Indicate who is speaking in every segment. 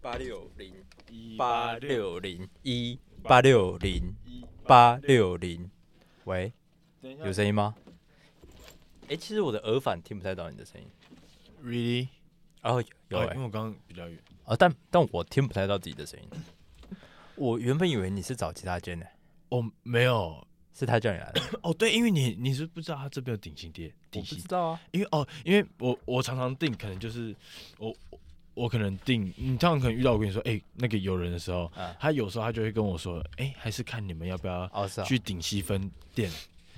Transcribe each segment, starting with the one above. Speaker 1: 八六零
Speaker 2: 一
Speaker 1: 八六零一八六零八六零，喂，
Speaker 2: 等一下
Speaker 1: 有声音吗？哎、其实我的耳返听不太到你的声音。
Speaker 2: ，really？
Speaker 1: 哦，有
Speaker 2: 哦
Speaker 1: 哎、
Speaker 2: 因为我刚刚比较远。
Speaker 1: 哦，但但我听不太到自己的声音。我原本以为你是找其他间呢、
Speaker 2: 哦，没有。
Speaker 1: 是他叫你来的，
Speaker 2: 哦，对，因为你你是不知道他这边有顶新店，
Speaker 1: 我
Speaker 2: 顶
Speaker 1: 不
Speaker 2: 新
Speaker 1: 知，道啊。
Speaker 2: 因为哦，因为我我常常订，可能就是我我我可能订，你常常可能遇到我跟你说，哎、那个有人的时候，
Speaker 1: 嗯
Speaker 2: 他有时候他就会跟我说，哎、还是看你们要不要
Speaker 1: 哦，是啊。
Speaker 2: 去顶西分店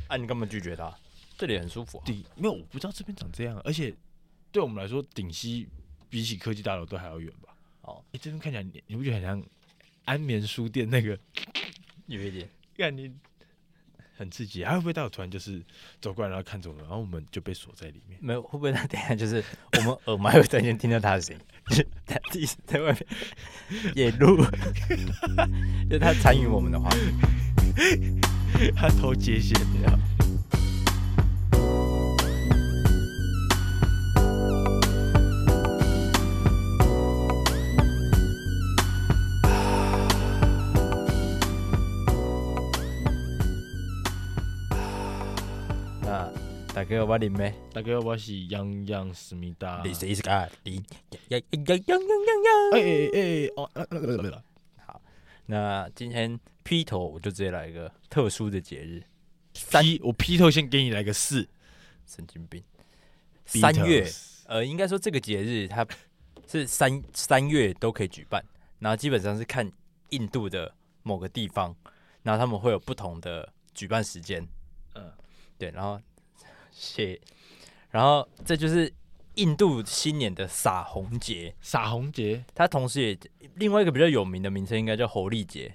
Speaker 1: 啊，你干嘛拒绝他？这里很舒服、啊。
Speaker 2: 顶，没有，我不知道这边长这样，而且对我们来说，顶西比起科技大楼都还要远吧？
Speaker 1: 哦，
Speaker 2: 哎、这边看起来你你不觉得很像安眠书店那个？
Speaker 1: 有一点。
Speaker 2: 看你很刺激，他会不会到突然就是走过来，然后看着我们，然后我们就被锁在里面？
Speaker 1: 没有，会不会他等一下就是我们 耳麦会在先听到他的声音， 就是他一直在外面野路， 就是他参与我们的话题。
Speaker 2: 他偷接线。
Speaker 1: 那大哥，我林妹，
Speaker 2: 大哥，我是泱泱思密达。
Speaker 1: 你谁是个林？呀呀呀呀呀呀呀！
Speaker 2: 哎哎哎哦，呃呃呃呃
Speaker 1: 那今天劈头我就直接来一个特殊的节日，三
Speaker 2: 劈我劈头先给你来个四。
Speaker 1: 神经病，三
Speaker 2: Beatles
Speaker 1: 月呃，应该说这个节日它是三三月都可以举办，然后基本上是看印度的某个地方，然后他们会有不同的举办时间，
Speaker 2: 嗯，
Speaker 1: 对，然后写，然后这就是印度新年的撒红节，
Speaker 2: 撒红节。
Speaker 1: 它同时也另外一个比较有名的名称应该叫猴历节，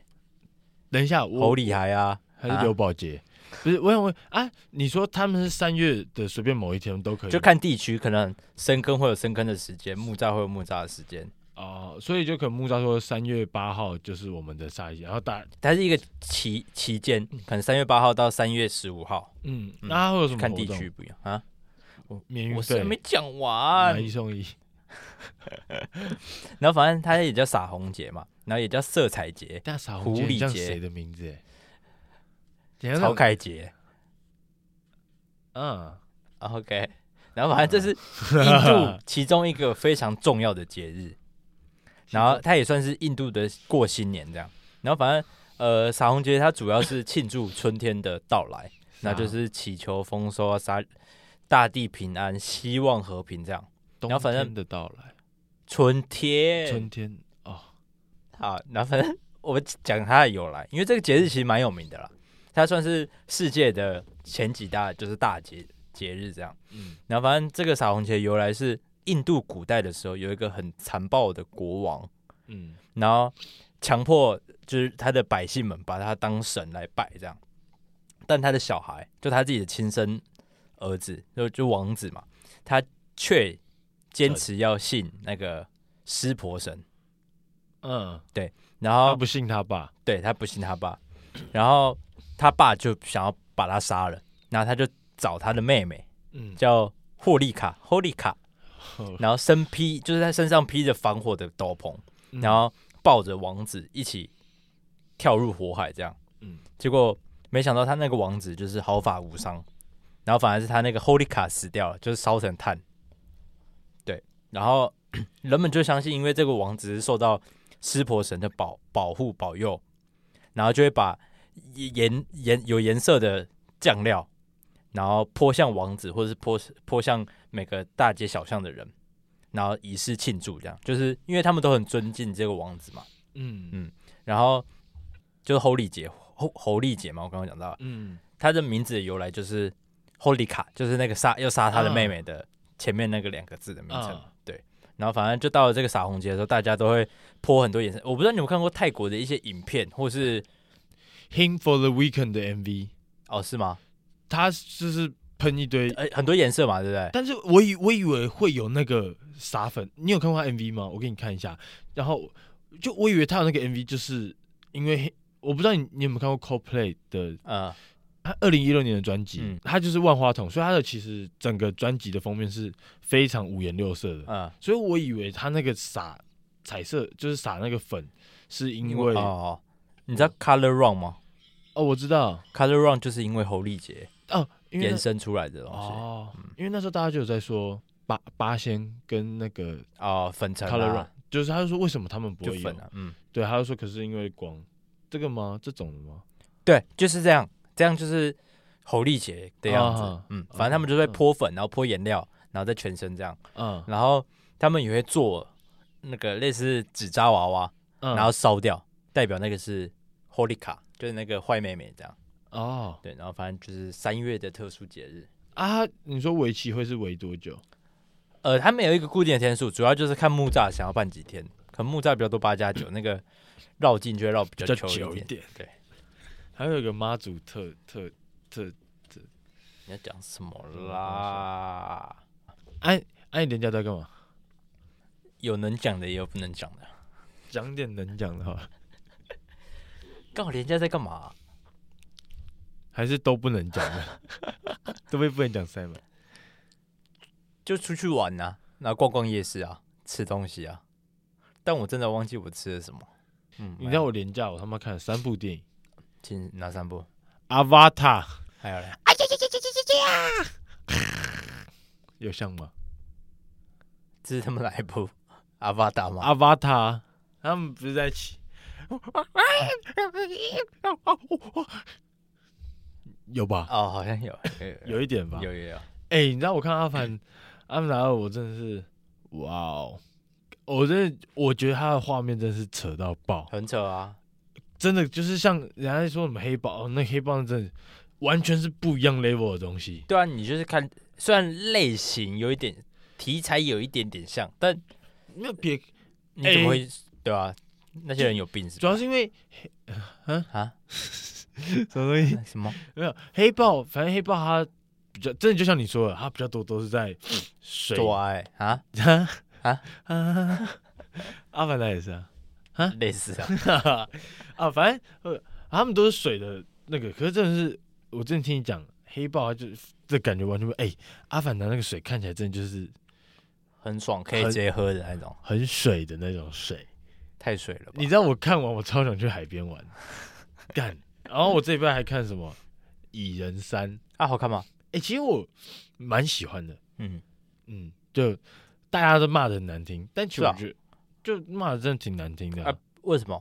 Speaker 2: 等一下，
Speaker 1: 猴
Speaker 2: 我
Speaker 1: 礼还啊，
Speaker 2: 还是刘宝杰？不是，我想问啊，你说他们是三月的随便某一天都可以吗，
Speaker 1: 就看地区，可能深坑会有深坑的时间，木栅会有木栅的时间，
Speaker 2: 哦，所以就可能木扎说三月八号就是我们的撒一节，然后大
Speaker 1: 它是一个期期间，可能三月八号到三月十五号，
Speaker 2: 嗯，那他会有什么
Speaker 1: 看地
Speaker 2: 活动
Speaker 1: 区，不一样啊。
Speaker 2: 免
Speaker 1: 我
Speaker 2: 运
Speaker 1: 是还
Speaker 2: 费
Speaker 1: 没讲
Speaker 2: 买
Speaker 1: 完
Speaker 2: 一，送一。
Speaker 1: 然后反正它也叫撒红节嘛，然后也叫色彩节、
Speaker 2: 但撒
Speaker 1: 狐
Speaker 2: 红节很
Speaker 1: 狸
Speaker 2: 像
Speaker 1: 节
Speaker 2: 谁的名字？哎，
Speaker 1: 草凯节
Speaker 2: 嗯，
Speaker 1: 啊，OK。然后反正这是印度其中一个非常重要的节日，然后它也算是印度的过新年这样。然后反正呃，撒红节它主要是庆祝春天的到来，
Speaker 2: 啊
Speaker 1: 那就是祈求丰收啊，撒大地平安、希望和平这样。
Speaker 2: 冬
Speaker 1: 然后反正哎
Speaker 2: 天的到来，
Speaker 1: 春天，
Speaker 2: 春天哦，
Speaker 1: 好，那反正 我讲它的由来，因为这个节日其实蛮有名的啦，它算是世界的前几大就是大节节日这样。
Speaker 2: 嗯，
Speaker 1: 然后反正这个撒红节由来是印度古代的时候有一个很残暴的国王，
Speaker 2: 嗯，
Speaker 1: 然后强迫就是他的百姓们把他当神来拜这样，但他的小孩就他自己的亲生儿子，就就王子嘛，他却坚持要信那个湿婆神，
Speaker 2: 嗯，
Speaker 1: 然
Speaker 2: 他
Speaker 1: 后
Speaker 2: 不信他爸，
Speaker 1: 对他不信他爸，然后他爸就想要把他杀了，然后他就找他的妹妹
Speaker 2: 嗯，
Speaker 1: 叫霍利卡，霍利卡，然后身披就是他身上披着防火的斗篷，
Speaker 2: 嗯
Speaker 1: 然后抱着王子一起跳入火海，这样，
Speaker 2: 嗯
Speaker 1: 结果没想到他那个王子就是毫发无伤，然后反而是他那个 Holy 卡死掉了，就是烧成炭。对，然后 人们就相信，因为这个王子是受到湿婆神的保保护保佑，然后就会把颜颜有颜色的酱料，然后泼向王子，或者是泼泼向每个大街小巷的人，然后以示庆祝。这样，就是因为他们都很尊敬这个王子嘛。
Speaker 2: 嗯
Speaker 1: 然后就是侯礼节，侯侯礼节嘛，我刚刚讲到，
Speaker 2: 嗯，
Speaker 1: 他的名字的由来就是侯利卡，就是那个杀要杀他的妹妹的前面那个两个字的名称。
Speaker 2: 嗯
Speaker 1: 对，然后反正就到了这个撒红节的时候，大家都会泼很多眼神。我不知道你有没有看过泰国的一些影片，或是
Speaker 2: Him for the Weekend 的 MV，
Speaker 1: 哦是吗？
Speaker 2: 他就是喷一堆，
Speaker 1: 呃，很多颜色嘛，对不对？
Speaker 2: 但是我以我以为会有那个撒粉，你有看过他 MV 吗？我给你看一下，然后就我以为他有那个 MV，就是因为我不知道你你有没有看过 Coldplay 的
Speaker 1: 嗯，
Speaker 2: 他二零一六年的专辑，
Speaker 1: 嗯
Speaker 2: 他就是万花筒，所以他的其实整个专辑的封面是非常五颜六色的，
Speaker 1: 嗯，
Speaker 2: 所以我以为他那个撒彩色，就是撒那个粉，是因
Speaker 1: 因
Speaker 2: 为
Speaker 1: 哦哦，你知道 Color Run 吗
Speaker 2: 哦，我知道
Speaker 1: ？Color Run 就是因为侯丽杰
Speaker 2: 哦，因为
Speaker 1: 延
Speaker 2: 那
Speaker 1: 伸出来的东西嗯
Speaker 2: 哦，因为那时候大家就有在说八八仙跟那个
Speaker 1: 哦，粉尘
Speaker 2: Color Run，
Speaker 1: 啊，
Speaker 2: 就是他就说为什么他们不
Speaker 1: 就
Speaker 2: 会
Speaker 1: 粉
Speaker 2: 用？
Speaker 1: 啊，嗯，
Speaker 2: 对，他就说可是因为光这个吗？这种的吗？
Speaker 1: 对，就是这样，这样就是侯丽杰的样子
Speaker 2: 啊，
Speaker 1: 嗯，
Speaker 2: 啊
Speaker 1: 反正他们就会
Speaker 2: 嗯
Speaker 1: 泼粉，然后泼颜料，然后再全身这样，
Speaker 2: 嗯
Speaker 1: 然后他们也会做那个类似纸扎娃娃，
Speaker 2: 嗯，
Speaker 1: 然后烧掉，代表那个是 Holy 卡，就是那个坏妹妹这样。
Speaker 2: 哦
Speaker 1: 对，然后反正就是三月的特殊节日。
Speaker 2: 啊，你说围棋会是围多久？
Speaker 1: 呃，他们有一个固定的天数，主要就是看木栅想要办几天，可能木栅比较多八加九，那个绕境就会绕比
Speaker 2: 比
Speaker 1: 较
Speaker 2: 久
Speaker 1: 久一点。
Speaker 2: 点。
Speaker 1: 对，
Speaker 2: 还有一个妈祖特特特，
Speaker 1: 你要讲什么啦？
Speaker 2: 哎哎，人家在干嘛？
Speaker 1: 有能讲的，也有不能讲的。
Speaker 2: 讲点能讲的好了，
Speaker 1: 告人家在干嘛、啊
Speaker 2: 还是都不能讲 的，都被不能讲塞满。
Speaker 1: 就出去玩呐、啊然后逛逛夜市啊，吃东西啊。但我真的忘记我吃了什么。嗯，
Speaker 2: 你知道我廉价，我他妈看了三部电影，《
Speaker 1: 请哪三部？
Speaker 2: 阿瓦塔》
Speaker 1: 还有嘞，
Speaker 2: 有像吗？
Speaker 1: 这是他们哪一部？ 阿巴达吗？
Speaker 2: 阿瓦塔，他们不是在一 起。有吧？
Speaker 1: 哦，好像有，有
Speaker 2: 有一点吧。
Speaker 1: 有有有，
Speaker 2: 哎、你知道我看阿凡，阿凡达二，我真的是，哇哦！我真的，我觉得他的画面真是扯到爆，
Speaker 1: 很扯啊！
Speaker 2: 真的就是像人家在说什么黑豹，哦、那黑豹真的完全是不一样 level 的东西。
Speaker 1: 对啊，你就是看，虽然类型有一点，题材有一点点像，但
Speaker 2: 那别
Speaker 1: 你怎么
Speaker 2: 哎
Speaker 1: 会、对啊？那些人有病是
Speaker 2: 主
Speaker 1: 吧？
Speaker 2: 要是因为
Speaker 1: 啊？
Speaker 2: 什么东西？
Speaker 1: 什么？
Speaker 2: 没有黑豹，反正黑豹它比较真的就像你说的，它比较多都是在水
Speaker 1: 做爱啊？
Speaker 2: 啊
Speaker 1: 啊
Speaker 2: 啊！阿凡达也是啊。
Speaker 1: 类似啊？
Speaker 2: 哈哈， 啊，反正呃，他们都是水的那个，可是真的是，我真的听你讲黑豹，它就是这感觉完全不，哎、阿凡达那个水看起来真的就是
Speaker 1: 很爽，可以
Speaker 2: 很
Speaker 1: 直接喝的那种，
Speaker 2: 很水的那种水。
Speaker 1: 太水了吧？
Speaker 2: 你知道我看完，我超想去海边玩， 干。然后我这一拜还看什么《蚁人三》
Speaker 1: 啊，好看吗？
Speaker 2: 哎、其实我蛮喜欢的，
Speaker 1: 嗯，
Speaker 2: 嗯，就大家都骂的很难听，但其实
Speaker 1: 是啊
Speaker 2: 我觉得、就骂的真的挺难听的、啊
Speaker 1: 啊。为什么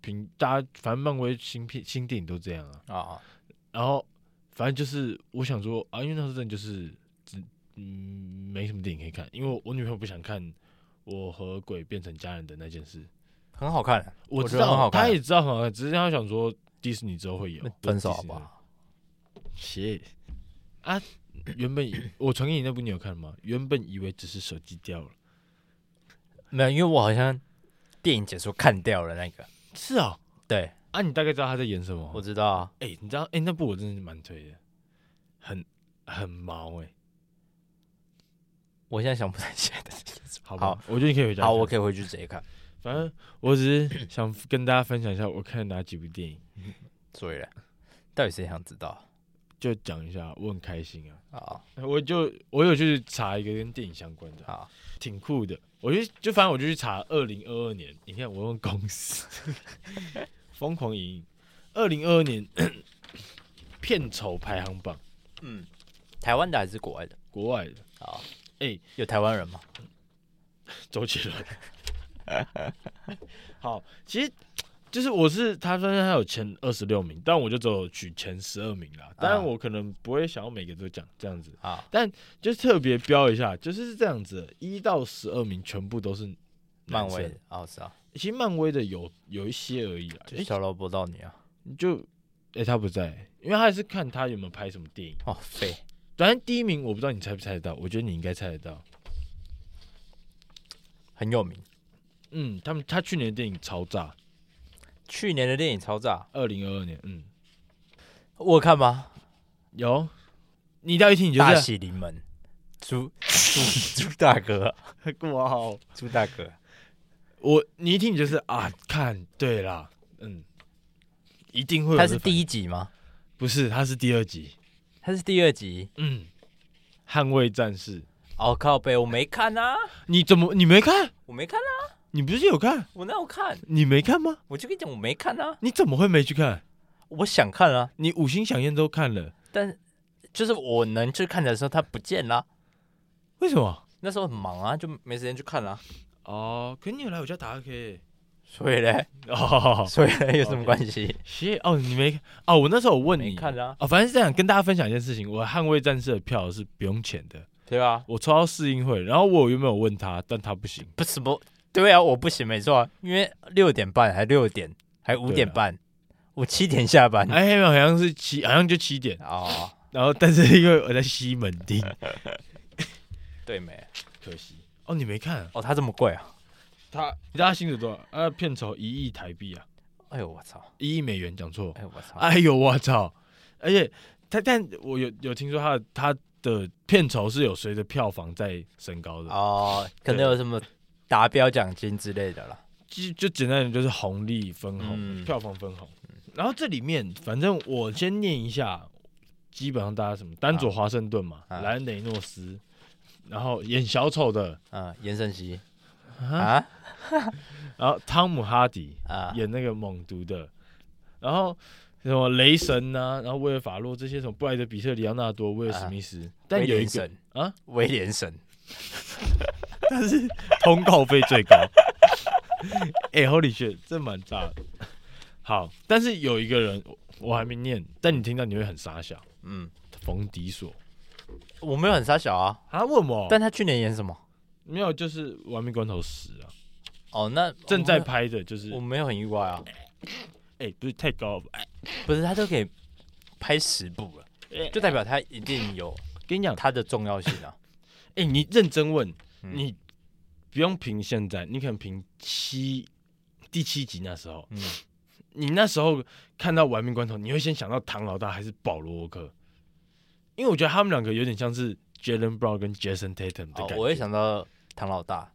Speaker 2: 平大家反正漫威新片新电影都这样啊。
Speaker 1: 啊？
Speaker 2: 然后反正就是我想说啊，因为那时候真的就是只嗯没什么电影可以看，因为我我女朋友不想看我和鬼变成家人的那件事，
Speaker 1: 很好看，
Speaker 2: 我
Speaker 1: 觉
Speaker 2: 知
Speaker 1: 得很
Speaker 2: 道
Speaker 1: 好看
Speaker 2: 她也知道很好看，只是她想说迪士尼之后会有
Speaker 1: 那分手好不？好？
Speaker 2: 切啊！原本以我传给你那部你有看吗？原本以为只是手机掉了，
Speaker 1: 没有，因为我好像电影解说看掉了那个。
Speaker 2: 是啊、
Speaker 1: 对，
Speaker 2: 啊，你大概知道他在演什么？
Speaker 1: 我知道啊，
Speaker 2: 哎、你知道哎、那部我真的是蛮推的，很很毛哎、
Speaker 1: 我现在想不太起来的。
Speaker 2: 好吧，我觉得你可以 回家
Speaker 1: 好，
Speaker 2: 看
Speaker 1: 我可以回去直接看。
Speaker 2: 反正我只是想跟大家分享一下我看哪几部电影，
Speaker 1: 所以嘞，到底谁想知道
Speaker 2: 就讲一下，我很开心啊！
Speaker 1: 啊？
Speaker 2: 我就我有去查一个跟电影相关的，
Speaker 1: 好，
Speaker 2: 挺酷的。我就就反正我就去查二零二二年，你看我用公司 疯狂影音，二零二二年 片酬排行榜，
Speaker 1: 嗯，台湾的还是国外的？
Speaker 2: 国外的
Speaker 1: 好，
Speaker 2: 哎
Speaker 1: 有台湾人吗？
Speaker 2: 周杰伦。 好，其实就是我是他虽然他有前二十六名，但我就只有取前十二名啦。当然我可能不会想要每个都讲这样子，
Speaker 1: 啊，
Speaker 2: 就特别标一下，就是这样子，一到十二名全部都是
Speaker 1: 漫
Speaker 2: 男生
Speaker 1: 威的。哦，是啊，
Speaker 2: 其实漫威的有有一些而已啦，
Speaker 1: 就
Speaker 2: 诶
Speaker 1: 小萝卜到你啊，
Speaker 2: 就哎、他不在，因为他也是看他有没有拍什么电影。
Speaker 1: 哦，废，
Speaker 2: 反正第一名我不知道你猜不猜得到，我觉得你应该猜得到。
Speaker 1: 很有名。
Speaker 2: 嗯，他们他去年的电影超炸，
Speaker 1: 去年的电影超炸，
Speaker 2: 二零二二年，嗯，
Speaker 1: 我有看吗？
Speaker 2: 有。你到一听你就
Speaker 1: 大
Speaker 2: 是
Speaker 1: 喜临门，朱朱朱大哥，
Speaker 2: 哇哦，
Speaker 1: 朱大哥，
Speaker 2: 我你一听你就是啊，看对啦，嗯，一定会有
Speaker 1: 他
Speaker 2: 这
Speaker 1: 是
Speaker 2: 反应。
Speaker 1: 第一集吗？
Speaker 2: 不是，他是第二集，
Speaker 1: 他是第二集
Speaker 2: 嗯，捍卫战士
Speaker 1: 哦靠背，我没看啊，
Speaker 2: 你怎么你没看？
Speaker 1: 我没看啊，
Speaker 2: 你不是有看？
Speaker 1: 我哪有看？
Speaker 2: 你没看吗？
Speaker 1: 我就跟你讲，我没看啊，
Speaker 2: 你怎么会没去看？
Speaker 1: 我想看啊，
Speaker 2: 你五星响宴都看了，
Speaker 1: 但就是我能去看的时候，他不见了。
Speaker 2: 为什么？
Speaker 1: 那时候很忙啊，就没时间去看啦、
Speaker 2: 哦，可你有来我家打 K
Speaker 1: 所以嘞，
Speaker 2: 哦，
Speaker 1: 所以嘞有什么关系？
Speaker 2: 是哦，你没哦，我那时候我问
Speaker 1: 没
Speaker 2: 你
Speaker 1: 看啊，
Speaker 2: 哦，反正是这样，跟大家分享一件事情，我捍卫战士的票是不用钱的，
Speaker 1: 对吧？
Speaker 2: 我抽到试映会，然后我原本有问他，但他不行，
Speaker 1: 不是不，对啊，我不行，没错啊，因为六点半还六点还五点半，我七点下班。
Speaker 2: 哎，好像是七，好像就七点，
Speaker 1: 哦，
Speaker 2: 然后但是因为我在西门町，
Speaker 1: 对没？
Speaker 2: 哎可惜哦，你没看、啊、
Speaker 1: 哦，它这么贵啊！
Speaker 2: 他，你知道他薪水多少？啊，片酬一亿台币啊，
Speaker 1: 哎呦我操！
Speaker 2: 一亿美元，讲错，
Speaker 1: 哎呦我操！
Speaker 2: 哎呦我操！而且他，但我有有听说他的他的片酬是有随着票房在升高的，
Speaker 1: 哦，可能有什么达标奖金之类的啦。
Speaker 2: 就就简单点就是红利分红，
Speaker 1: 嗯
Speaker 2: 票房分红。然后这里面，反正我先念一下，基本上大家什么丹佐华盛顿嘛，
Speaker 1: 啊
Speaker 2: 莱恩雷诺斯，然后演小丑的，
Speaker 1: 嗯，严胜熙
Speaker 2: 啊、
Speaker 1: 啊
Speaker 2: 然后汤姆哈迪
Speaker 1: 啊，
Speaker 2: 演那个猛毒的，然后什么雷神呐、然后威尔法洛这些什么布莱德比特、里昂纳多、威尔史密斯，但
Speaker 1: 威
Speaker 2: 有一
Speaker 1: 廉
Speaker 2: 个
Speaker 1: 神
Speaker 2: 啊，
Speaker 1: 威廉神，
Speaker 2: 通告费最高。 哎、h o l y shit，这蛮大的。好，但是有一个人我我还没念，但你听到你会很傻笑。
Speaker 1: 嗯，
Speaker 2: 冯迪索，
Speaker 1: 我没有很傻小啊，
Speaker 2: 他问我，
Speaker 1: 但他去年演什么？
Speaker 2: 没有，就是《玩命关头十》啊，
Speaker 1: 哦，那
Speaker 2: 正在拍的，就是
Speaker 1: 我没有很意外啊，
Speaker 2: 哎、不是太高了吧？
Speaker 1: 不是他都可以拍十部了，就代表他一定有
Speaker 2: 跟你讲，哎、欸
Speaker 1: 他的重要性啊。
Speaker 2: 你认真问，
Speaker 1: 嗯
Speaker 2: 你不用评现在，你可能评七第七集那时候，
Speaker 1: 嗯，
Speaker 2: 你那时候看到《玩命关头》，你会先想到唐老大还是保罗沃克？因为我觉得他们两个有点像是 Jalen Brown 跟 Jason Tatum 的
Speaker 1: 哦
Speaker 2: 感觉，，
Speaker 1: 我也想到唐老大，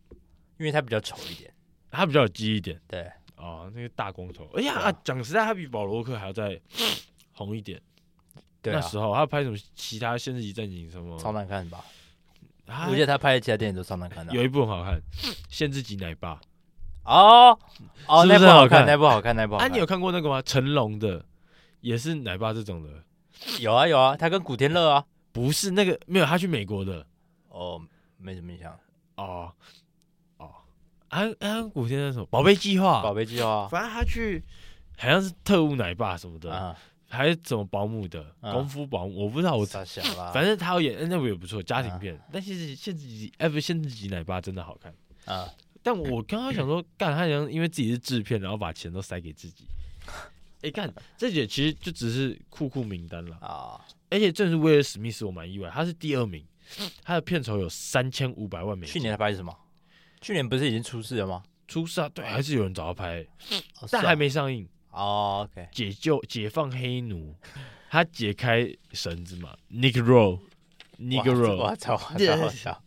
Speaker 1: 因为他比较丑一点。
Speaker 2: 他比较有记忆点
Speaker 1: 对，
Speaker 2: 哦，那个大光头。哎呀，
Speaker 1: 对啊
Speaker 2: 啊讲、实在，他比保罗沃克还要再红一点。
Speaker 1: 对
Speaker 2: 那
Speaker 1: 啊，
Speaker 2: 时候他拍什么其他《现实级战警》什么，
Speaker 1: 超难看吧？
Speaker 2: 啊
Speaker 1: 我记得他拍的其他电影都超难看的啊。
Speaker 2: 有一部很好看，《限制级奶爸》
Speaker 1: 哦哦，
Speaker 2: 是
Speaker 1: 那
Speaker 2: 不
Speaker 1: 部
Speaker 2: 是
Speaker 1: 好
Speaker 2: 好看
Speaker 1: 看，那部好看，那部好
Speaker 2: 啊，
Speaker 1: 看
Speaker 2: 你。有看过那个吗？成龙的也是奶爸这种的，
Speaker 1: 有啊有啊，他跟古天乐啊。
Speaker 2: 不是那个没有，他去美国的
Speaker 1: 哦，没什么印象。
Speaker 2: 哦哦，安安古天乐什么《宝贝计划》
Speaker 1: 宝贝计划啊
Speaker 2: 反正他去好像是特务奶爸什么的，
Speaker 1: 啊，
Speaker 2: 还是怎么保姆的、
Speaker 1: 啊
Speaker 2: 功夫保姆，我不知道我。
Speaker 1: 傻小啊啦。
Speaker 2: 反正他有演哎那部也不错，
Speaker 1: 啊
Speaker 2: 家庭片。但其实限制级哎，不是限制级奶爸真的好 看。
Speaker 1: 啊，
Speaker 2: 但我刚刚想说，干他好像因为自己是制片，然后把钱都塞给 自己。哎、干这也其实就只是酷酷名单了。
Speaker 1: 啊，
Speaker 2: 而且正是威尔史密斯，我蛮意外，他是第二名，他的片酬有三千五百万美金。
Speaker 1: 去年他拍什么？去年不是已经出事了吗？
Speaker 2: 出事啊，对，还是有人找他拍，
Speaker 1: 哦
Speaker 2: 但
Speaker 1: 是啊
Speaker 2: 还没上映。
Speaker 1: 哦，OK，
Speaker 2: 解救解放黑奴， 他解开绳子嘛，Nick Roll，Nick
Speaker 1: 我
Speaker 2: Roll，Nick
Speaker 1: 操，我操，我操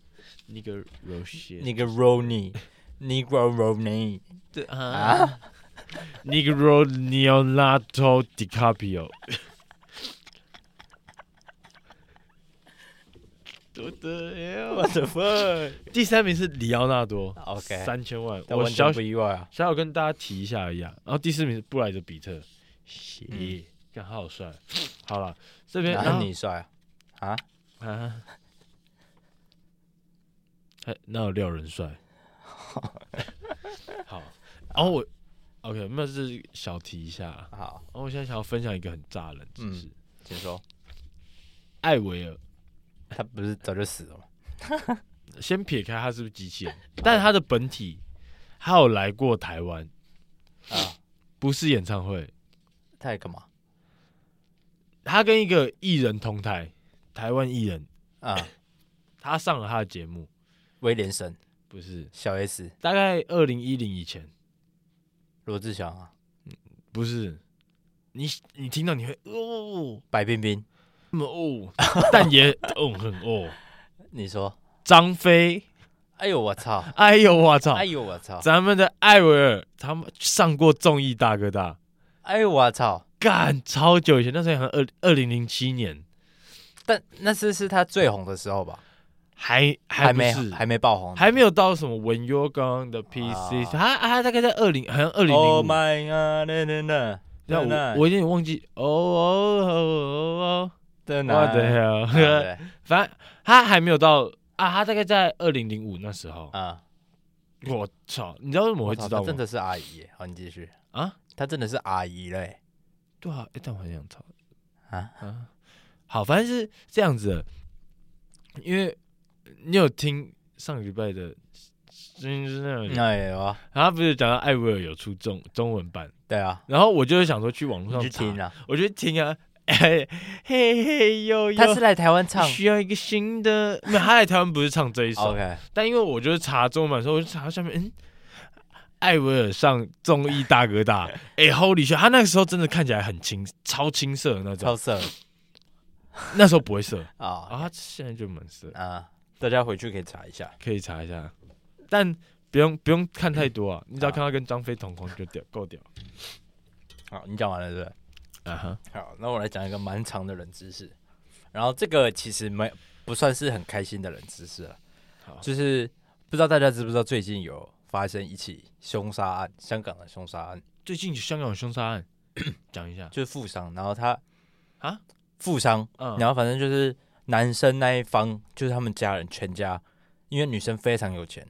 Speaker 2: Roll 鞋，
Speaker 1: 那个 Rony。Negro r o n y
Speaker 2: 对
Speaker 1: 啊
Speaker 2: 啊，Nick Roll Leonardo DiCaprio，多的
Speaker 1: ，What the fuck？
Speaker 2: 第三名是里奥纳多
Speaker 1: OK
Speaker 2: 三千万，
Speaker 1: 但
Speaker 2: 我
Speaker 1: 完
Speaker 2: 小
Speaker 1: 全
Speaker 2: 小
Speaker 1: 不意外啊！
Speaker 2: 小跟大家提一下一样，然后第四名是布莱德比特，鞋
Speaker 1: 嗯，
Speaker 2: 看好帅，好了，这边
Speaker 1: 哪
Speaker 2: 然
Speaker 1: 有
Speaker 2: 后
Speaker 1: 你帅啊？啊，
Speaker 2: 啊，哎，那有廖人帅。好，然后我 OK，那是小提一下。然
Speaker 1: 好，
Speaker 2: 后我现在想要分享一个很炸的冷知识：
Speaker 1: 请说。
Speaker 2: 艾维尔，
Speaker 1: 他不是早就死了吗？
Speaker 2: 先撇开他是不是机器人，但他的本体，他有来过台湾，
Speaker 1: 啊，
Speaker 2: 不是演唱会，
Speaker 1: 他还干嘛？
Speaker 2: 他跟一个艺人同台，台湾艺人，
Speaker 1: 啊，
Speaker 2: 他上了他的节目，
Speaker 1: 威廉神、
Speaker 2: 不是
Speaker 1: 小 S、
Speaker 2: 大概二零一零以前，
Speaker 1: 罗志祥啊、
Speaker 2: 不是。你你听到你会哦，
Speaker 1: 白冰冰，
Speaker 2: 那 么哦，但也哦很哦。
Speaker 1: 你说？
Speaker 2: 张飞，
Speaker 1: 哎呦我操！
Speaker 2: 哎呦我操
Speaker 1: 哎！呦我操！
Speaker 2: 咱们的艾维尔，他们上过综艺大哥大，
Speaker 1: 哎呦我操！
Speaker 2: 干超久以前，那时候好像二二零零七年，
Speaker 1: 但那次是他最红的时候吧？
Speaker 2: 还还
Speaker 1: 还
Speaker 2: 不
Speaker 1: 没
Speaker 2: 是
Speaker 1: 还没爆红。
Speaker 2: 还没有到什么 When You're Gone 的 PC，
Speaker 1: 啊
Speaker 2: 他他大概在二零，好像二零
Speaker 1: Oh
Speaker 2: 零五。
Speaker 1: my god！那那那
Speaker 2: 那我我有点忘记哦哦哦
Speaker 1: 的
Speaker 2: 哦，
Speaker 1: 男
Speaker 2: 我的
Speaker 1: 啊
Speaker 2: 呀，
Speaker 1: 对
Speaker 2: 反正他还没有到啊，他大概在二零零五那时候。
Speaker 1: 啊，
Speaker 2: 我操，你知道为什么我会
Speaker 1: 操
Speaker 2: 知道
Speaker 1: 她真
Speaker 2: 吗？
Speaker 1: 的是阿姨耶。好，你继续。
Speaker 2: 啊，
Speaker 1: 她真的是阿姨嘞
Speaker 2: 对啊，诶但我很想操
Speaker 1: 啊！
Speaker 2: 啊。好，反正是这样子的，因为你有听上礼拜的，就是那种，
Speaker 1: 那也有啊，
Speaker 2: 然后不是讲到艾薇儿有出中中文版，
Speaker 1: 对啊，
Speaker 2: 然后我就是想说去网络
Speaker 1: 你
Speaker 2: 上
Speaker 1: 去
Speaker 2: 查
Speaker 1: 听啊。
Speaker 2: 我就听啊， 嘿嘿哟哟，
Speaker 1: 她是来台湾唱。哦
Speaker 2: 需要一个新的，没有，他来台湾不是唱这一首，
Speaker 1: OK，
Speaker 2: 但因为我就是查中文版的时候，我就查到下面，嗯，艾薇儿上综艺大哥 大，哎、h o l y shit，他那个时候真的看起来很青，超青涩的那种，
Speaker 1: 超色
Speaker 2: 那时候不会涩，啊，
Speaker 1: 啊
Speaker 2: 他现在就蛮涩，
Speaker 1: 啊！大家回去可以查一下。
Speaker 2: 可以查一下，但不用不用看太多啊，你只要
Speaker 1: 好
Speaker 2: 看他跟张飞同框就屌，够屌，
Speaker 1: 好，你讲完了对不对？
Speaker 2: 啊哈，
Speaker 1: 好，那我来讲一个蛮长的冷知识，然后这个其实没不算是很开心的冷知识了
Speaker 2: 好，
Speaker 1: 就是不知道大家知不知道最近有发生一起凶杀案，香港的凶杀案，
Speaker 2: 最近香港有凶杀 案，讲一下，
Speaker 1: 就是富商，然后他
Speaker 2: 啊
Speaker 1: 富商，
Speaker 2: 嗯，
Speaker 1: 然后反正就是男生那一方，就是他们家人全家，因为女生非常有钱，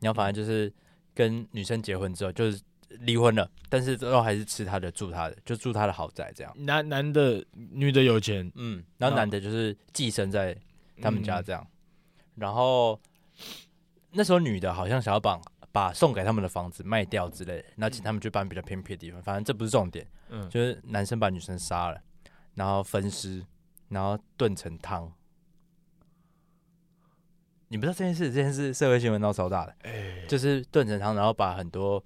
Speaker 1: 然后反正就是跟女生结婚之后就是离婚了，但是最后还是吃她的住她的，就住她的豪宅这样。
Speaker 2: 男男的女的有钱，
Speaker 1: 嗯，然后
Speaker 2: 那
Speaker 1: 男的就是寄生在他们家
Speaker 2: 嗯
Speaker 1: 这样。然后那时候女的好像想要把把送给他们的房子卖掉之类的，然后请他们去搬比较偏僻的地方。反正这不是重点，
Speaker 2: 嗯，
Speaker 1: 就是男生把女生杀了，然后分尸，然后炖成汤。你不知道这件事，这件事社会新闻闹超大的，
Speaker 2: 哎
Speaker 1: 就是炖成汤，然后把很多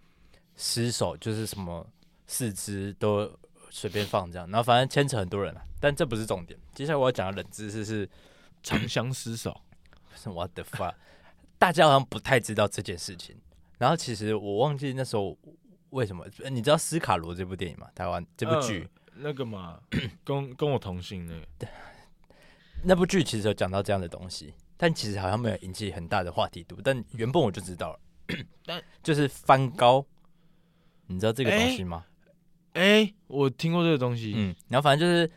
Speaker 1: 尸首，就是什么四肢都随便放这样，然后反正牵扯很多人啊。但这不是重点，接下来我要讲的冷知识是
Speaker 2: 嗯长相厮守，
Speaker 1: 是 what the fuck，大 家好像不太知道这件事情。然后其实我忘记那时候为什么，呃你知道《斯卡罗》这部电影吗？台湾这
Speaker 2: 嗯
Speaker 1: 部剧，
Speaker 2: 那 个嘛，跟跟我同姓那个，
Speaker 1: 那部剧其实有讲到这样的东西，但其实好像没有引起很大的话题度。但原本我就知道了，
Speaker 2: 但
Speaker 1: 就是翻高，你知道这个东
Speaker 2: 哎
Speaker 1: 西吗？
Speaker 2: 哎、我听过这个东西，
Speaker 1: 嗯，然后反正就是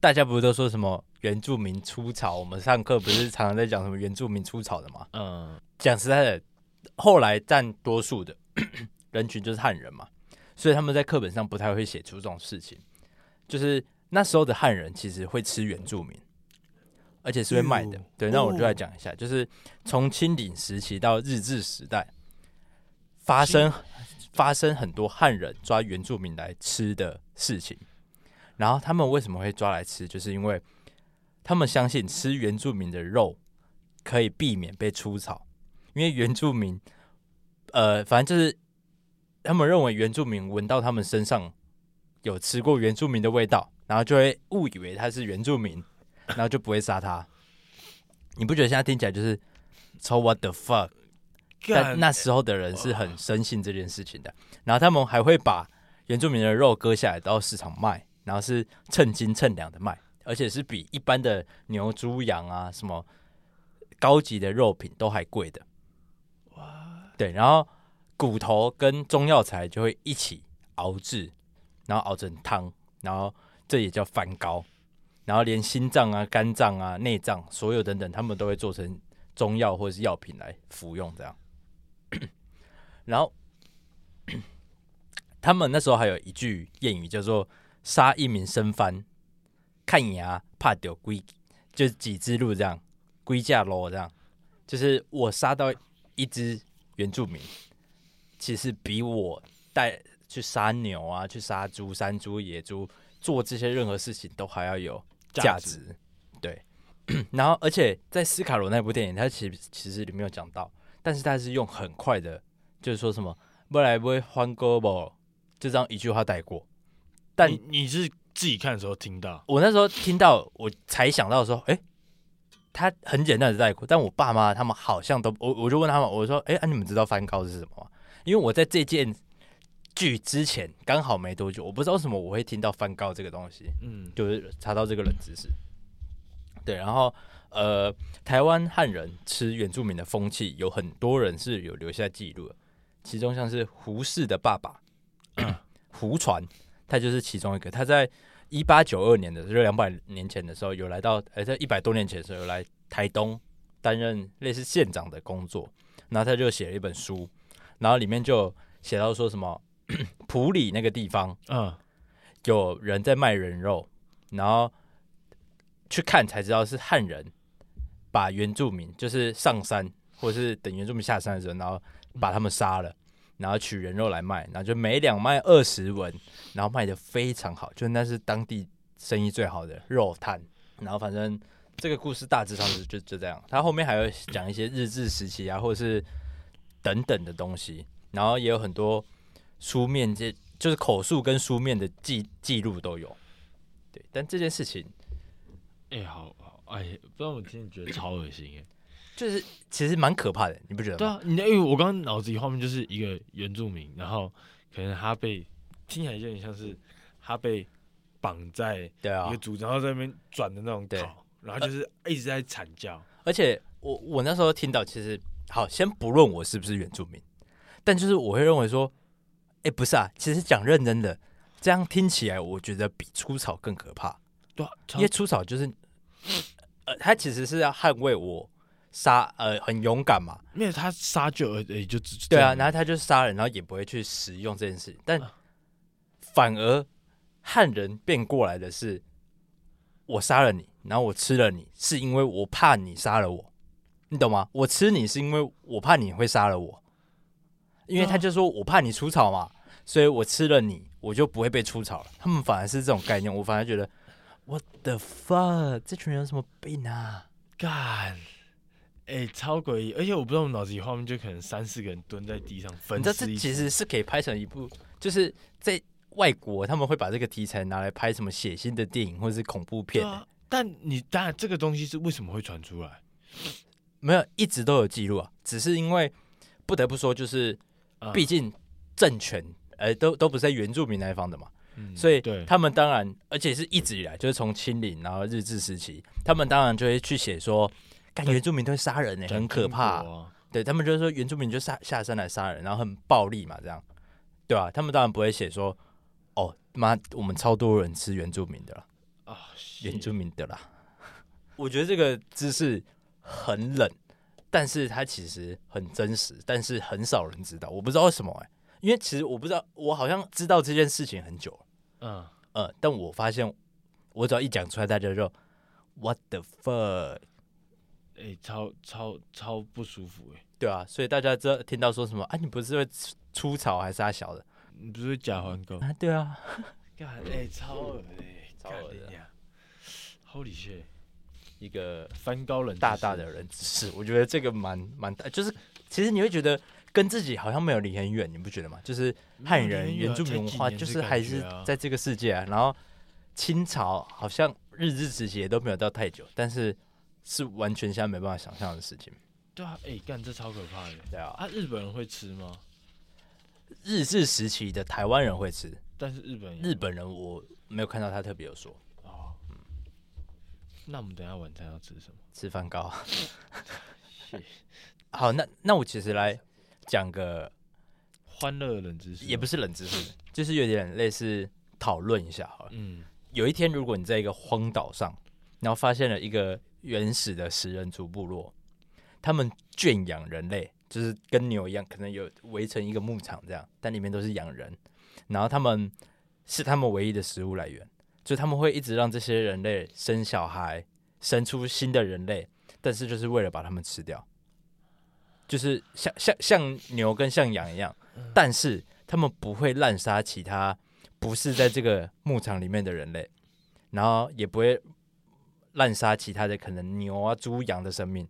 Speaker 1: 大家不是都说什么原住民出草，我们上课不是常常在讲什么原住民出草的嘛？
Speaker 2: 嗯
Speaker 1: 讲实在的，后来占多数的人群就是汉人嘛，所以他们在课本上不太会写出这种事情。就是那时候的汉人其实会吃原住民，而且是会卖的
Speaker 2: 哎呦。
Speaker 1: 对，那我
Speaker 2: 哦
Speaker 1: 就来讲一下，就是从清领时期到日治时代，发
Speaker 2: 清
Speaker 1: 生发生很多汉人抓原住民来吃的事情。然后他们为什么会抓来吃，就是因为他们相信吃原住民的肉可以避免被出草，因为原住民，呃，反正就是他们认为原住民闻到他们身上有吃过原住民的味道，然后就会误以为他是原住民，然后就不会杀他。你不觉得现在听起来就是超 what the fuck？但
Speaker 2: 干
Speaker 1: 那时候的人是很深信这件事情的，然后他们还会把原住民的肉割下来到市场卖，然后是称斤称两的卖，而且是比一般的牛、猪、羊啊什么高级的肉品都还贵的。对，然后骨头跟中药材就会一起熬制，然后熬成汤，然后这也叫翻膏，然后连心脏啊、肝脏啊、内脏所有等等，他们都会做成中药或是药品来服用这样。然后 他们那时候还有一句谚语叫做“杀一名生番，看牙怕丢龟”，就是几只鹿这样，龟架咯这样，就是我杀到一只原住民，其实比我带去杀牛啊、去杀猪、山猪、野猪做这些任何事情都还要有价
Speaker 2: 价
Speaker 1: 值。对，然后而且在斯卡罗那部电影，它其实其实里面有讲到，但是它是用很快的，就是说什么不来不会欢歌不，就这样一句话带过。但
Speaker 2: 你你是自己看的时候听到，
Speaker 1: 我那时候听到，我才想到说，哎、他很简单的带过，但我爸妈他们好像都，我我就问他们，我说，哎、啊，你们知道翻高是什么吗？因为我在这件剧之前刚好没多久，我不知道为什么我会听到翻高这个东西，
Speaker 2: 嗯，
Speaker 1: 就是查到这个冷知识。对，然后呃，台湾汉人吃原住民的风气，有很多人是有留下记录的，其中像是胡适的爸 爸胡传，他就是其中一个。他在一八九二年的，就是两百年前的时候，有来到，呃，在一百多年前的时候，有来台东担任类似县长的工作，然后他就写了一本书，然后里面就有写到说什么 普里那个地方。
Speaker 2: 嗯，
Speaker 1: 有人在卖人肉，然后去看才知道是汉人把原住民，就是上山或者是等原住民下山的时候，然后把他们杀了，然后取人肉来卖，然后就每两卖二十文，然后卖的非常好，就那是当地生意最好的肉摊。然后反正这个故事大致上就就就这样，他后面还有讲一些日治时期啊，或者是等等的东西，然后也有很多书面这就是口述跟书面的记记录都有。对，但这件事情
Speaker 2: 哎、好好，哎，不然我听你觉得超恶心哎。
Speaker 1: 就是其实蛮可怕的，你不觉得
Speaker 2: 对
Speaker 1: 吗？
Speaker 2: 啊，你因为我刚刚脑子里画面就是一个原住民，然后可能他被听起来有点像是他被绑在
Speaker 1: 对啊
Speaker 2: 一个组织，然后在那边转的那种
Speaker 1: 对
Speaker 2: 烤，然后就是一直在惨叫。
Speaker 1: 而且我我那时候听到，其实好，先不论我是不是原住民，但就是我会认为说，哎、不是啊，其实讲认真的，这样听起来，我觉得比出草更可怕，
Speaker 2: 对啊，
Speaker 1: 因为出草就是，呃，他其实是要捍卫我杀，呃，很勇敢嘛，
Speaker 2: 没有他杀就而也就只
Speaker 1: 对啊，
Speaker 2: 这样啊
Speaker 1: 然后他就杀人，然后也不会去使用这件事，但反而汉人变过来的是，我杀了你，然后我吃了你，是因为我怕你杀了我，你懂吗？我吃你是因为我怕你会杀了我，因为
Speaker 2: 对啊
Speaker 1: 他就说我怕你除草嘛，所以我吃了你，我就不会被除草了。他们反而是这种概念，我反而觉得 what the fuck，这群人有什么病啊？
Speaker 2: 干。哎、超诡异！而且我不知道我脑子里画面就可能三四个人蹲在地上分
Speaker 1: 你知道这
Speaker 2: 尸一
Speaker 1: 其
Speaker 2: 起
Speaker 1: 实是可以拍成一部，就是在外国他们会把这个题材拿来拍什么血腥的电影或者是恐怖
Speaker 2: 对
Speaker 1: 片、
Speaker 2: 啊，但你当然这个东西是为什么会传出来？
Speaker 1: 没有一直都有记录啊，只是因为不得不说，就是
Speaker 2: 啊
Speaker 1: 毕竟政权呃都都不是在原住民那一方的嘛，
Speaker 2: 嗯
Speaker 1: 所以
Speaker 2: 对，
Speaker 1: 他们当然而且是一直以来就是从清领然后日治时期，他们当然就会去写说。干原住民都会杀人呢、很可怕啊、
Speaker 2: 英国啊
Speaker 1: 对他们就是说原住民就下下山来杀人，然后很暴力嘛，这样，对啊，他们当然不会写说，哦妈，我们超多人吃原住民的啦，
Speaker 2: 啊，是
Speaker 1: 原住民的啦。 我觉得这个知识很冷，但是它其实很真实，但是很少人知道，我不知道为什么哎、因为其实我不知道，我好像知道这件事情很久了，
Speaker 2: 嗯，
Speaker 1: 呃，但我发现我只要一讲出来，大家就 what the fuck，
Speaker 2: 哎、超超超不舒服哎、
Speaker 1: 对啊，所以大家这听到说什么啊，你不是会出出草还是阿小的？
Speaker 2: 你不是假环狗？
Speaker 1: 啊，对啊，
Speaker 2: 干哎、超恶哎、
Speaker 1: 超
Speaker 2: 干
Speaker 1: 恶的
Speaker 2: 你娘！Holy shit！
Speaker 1: 一个
Speaker 2: 翻高冷
Speaker 1: 大大
Speaker 2: 知
Speaker 1: 的人知识，我觉得这个蛮蛮大，就是其实你会觉得跟自己好像没有离很远，你不觉得吗？就是
Speaker 2: 识
Speaker 1: 汉
Speaker 2: 没有
Speaker 1: 人、
Speaker 2: 你
Speaker 1: 原
Speaker 2: 远
Speaker 1: 住
Speaker 2: 才
Speaker 1: 民文
Speaker 2: 几
Speaker 1: 化，
Speaker 2: 年
Speaker 1: 就
Speaker 2: 的
Speaker 1: 是
Speaker 2: 感
Speaker 1: 还
Speaker 2: 觉
Speaker 1: 是
Speaker 2: 啊
Speaker 1: 在这个世界、啊。然后清朝好像日治时期也都没有到太久，但是是完全现在没办法想象的事情。
Speaker 2: 对啊，哎、干这超可怕的
Speaker 1: 对啊，
Speaker 2: 啊！日本人会吃吗？
Speaker 1: 日治时期的台湾人会吃，
Speaker 2: 但是日本人
Speaker 1: 日本人我没有看到他特别有说
Speaker 2: 哦，那我们等一下晚餐要吃什么？
Speaker 1: 吃饭 糕。
Speaker 2: 谢谢
Speaker 1: 好，那那我其实来讲个
Speaker 2: 欢乐的冷知识
Speaker 1: 也不
Speaker 2: 是，
Speaker 1: 是冷知识，就是有点类似讨论一下好了。
Speaker 2: 嗯，
Speaker 1: 有一天，如果你在一个荒岛上，然后发现了一个原始的食人族部落，他们圈养人类，就是跟牛一样，可能有围成一个牧场这样，但里面都是养人，然后他们是他们唯一的食物来源，就他们会一直让这些人类生小孩，生出新的人类，但是就是为了把他们吃掉，就是像像像牛跟像羊一样，但是他们不会滥杀其他不是在这个牧场里面的人类，然后也不会滥杀其他的可能牛啊、猪、羊的生命。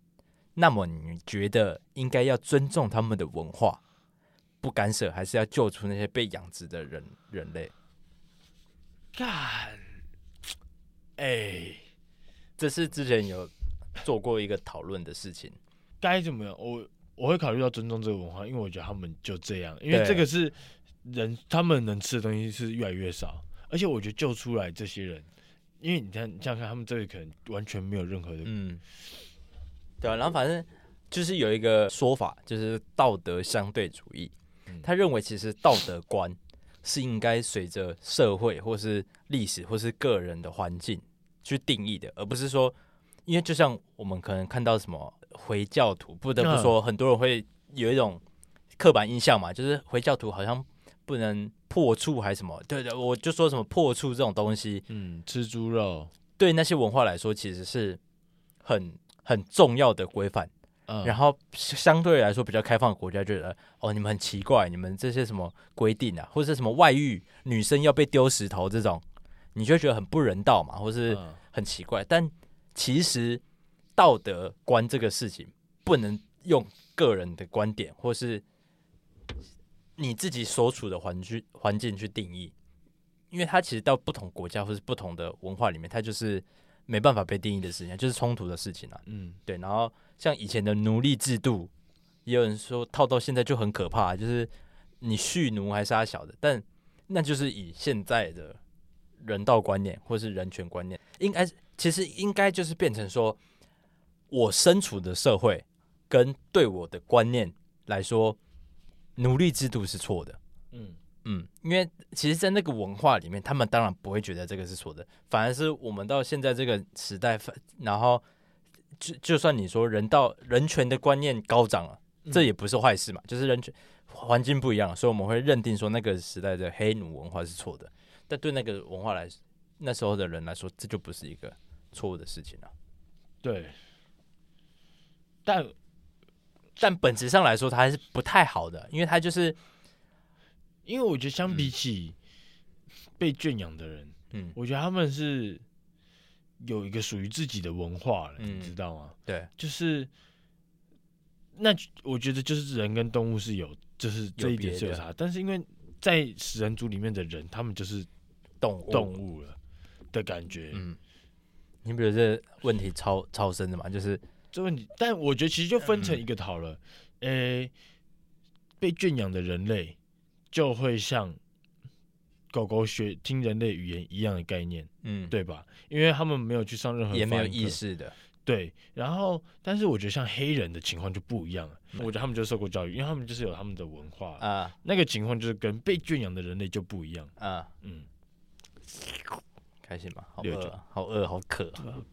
Speaker 1: 那么你觉得应该要尊重他们的文化，不干涉，还是要救出那些被养殖的人人类？
Speaker 2: 干，哎、
Speaker 1: 这是之前有做过一个讨论的事情。
Speaker 2: 该怎么样？我我会考虑到尊重这个文化，因为我觉得他们就这样，因为
Speaker 1: 对
Speaker 2: 这个是人他们能吃的东西是越来越少，而且我觉得救出来这些人，因为你看，你想想看，他们这里可能完全没有任何的，
Speaker 1: 嗯，对啊，然后反正就是有一个说法，就是道德相对主义
Speaker 2: 嗯，
Speaker 1: 他认为其实道德观是应该随着社会或是历史或是个人的环境去定义的，而不是说，因为就像我们可能看到什么回教徒，不得不说，很多人会有一种刻板印象嘛，就是回教徒好像不能破处还是什么，对对，我就说什么破处这种东西，
Speaker 2: 嗯，吃猪肉，
Speaker 1: 对那些文化来说，其实是很很重要的规范。
Speaker 2: 嗯，
Speaker 1: 然
Speaker 2: 后
Speaker 1: 后相对来说比较开放的国家就觉得，哦，你们很奇怪，你们这些什么规定啊，或者是什么外遇女生要被丢石头这种，你就会觉得很不人道嘛，或
Speaker 2: 嗯
Speaker 1: 是很奇怪。但其实道德观这个事情，不能用个人的观点或是你自己所处的环境环境去定义，因为它其实到不同国家或是不同的文化里面，它就是没办法被定义的事情，就是冲突的事情啊。
Speaker 2: 嗯，
Speaker 1: 对，然后像以前的奴隶制度，也有人说套到现在就很可怕，就是你蓄奴还杀小的，但那就是以现在的人道观念或是人权观念，应该其实应该就是变成说，我身处的社会跟对我的观念来说，奴隶制度是错的。
Speaker 2: 嗯
Speaker 1: 嗯，因为其实，在那个文化里面，他们当然不会觉得这个是错的，反而是我们到现在这个时代，反然后就就算你说人道人权的观念高涨了，
Speaker 2: 嗯，
Speaker 1: 这也不是坏事嘛，就是人权环境不一样，所以我们会认定说那个时代的黑奴文化是错的，但对那个文化来，那时候的人来说，这就不是一个错误的事情了。
Speaker 2: 对，但
Speaker 1: 但本质上来说，它还是不太好的，因为它就是
Speaker 2: 因为我觉得相比起被圈养的人，
Speaker 1: 嗯，
Speaker 2: 我觉得他们是有一个属于自己的文化了，
Speaker 1: 嗯
Speaker 2: 你知道吗？
Speaker 1: 对，
Speaker 2: 就是那我觉得就是人跟动物是有，就是这一点是有
Speaker 1: 有
Speaker 2: 差，但是因为在食人族里面的人，他们就是
Speaker 1: 动物
Speaker 2: 动物了的感觉。
Speaker 1: 嗯，你比如这问题超超深的嘛，就是
Speaker 2: 这问题，但我觉得其实就分
Speaker 1: 嗯
Speaker 2: 成一个讨论，呃、被圈养的人类就会像狗狗学听人类语言一样的概念，
Speaker 1: 嗯，
Speaker 2: 对吧？因为他们没有去上任何
Speaker 1: 也没有
Speaker 2: 发音课
Speaker 1: 意识的，
Speaker 2: 对，然后但是我觉得像黑人的情况就不一样了，我觉得他们就受过教育，因为他们就是有他们的文化，
Speaker 1: 啊
Speaker 2: 那个情况就是跟被圈养的人类就不一样。
Speaker 1: 啊，
Speaker 2: 嗯，
Speaker 1: 开心吗？好
Speaker 2: 六
Speaker 1: 饿
Speaker 2: 九
Speaker 1: 啊，好饿，好渴啊。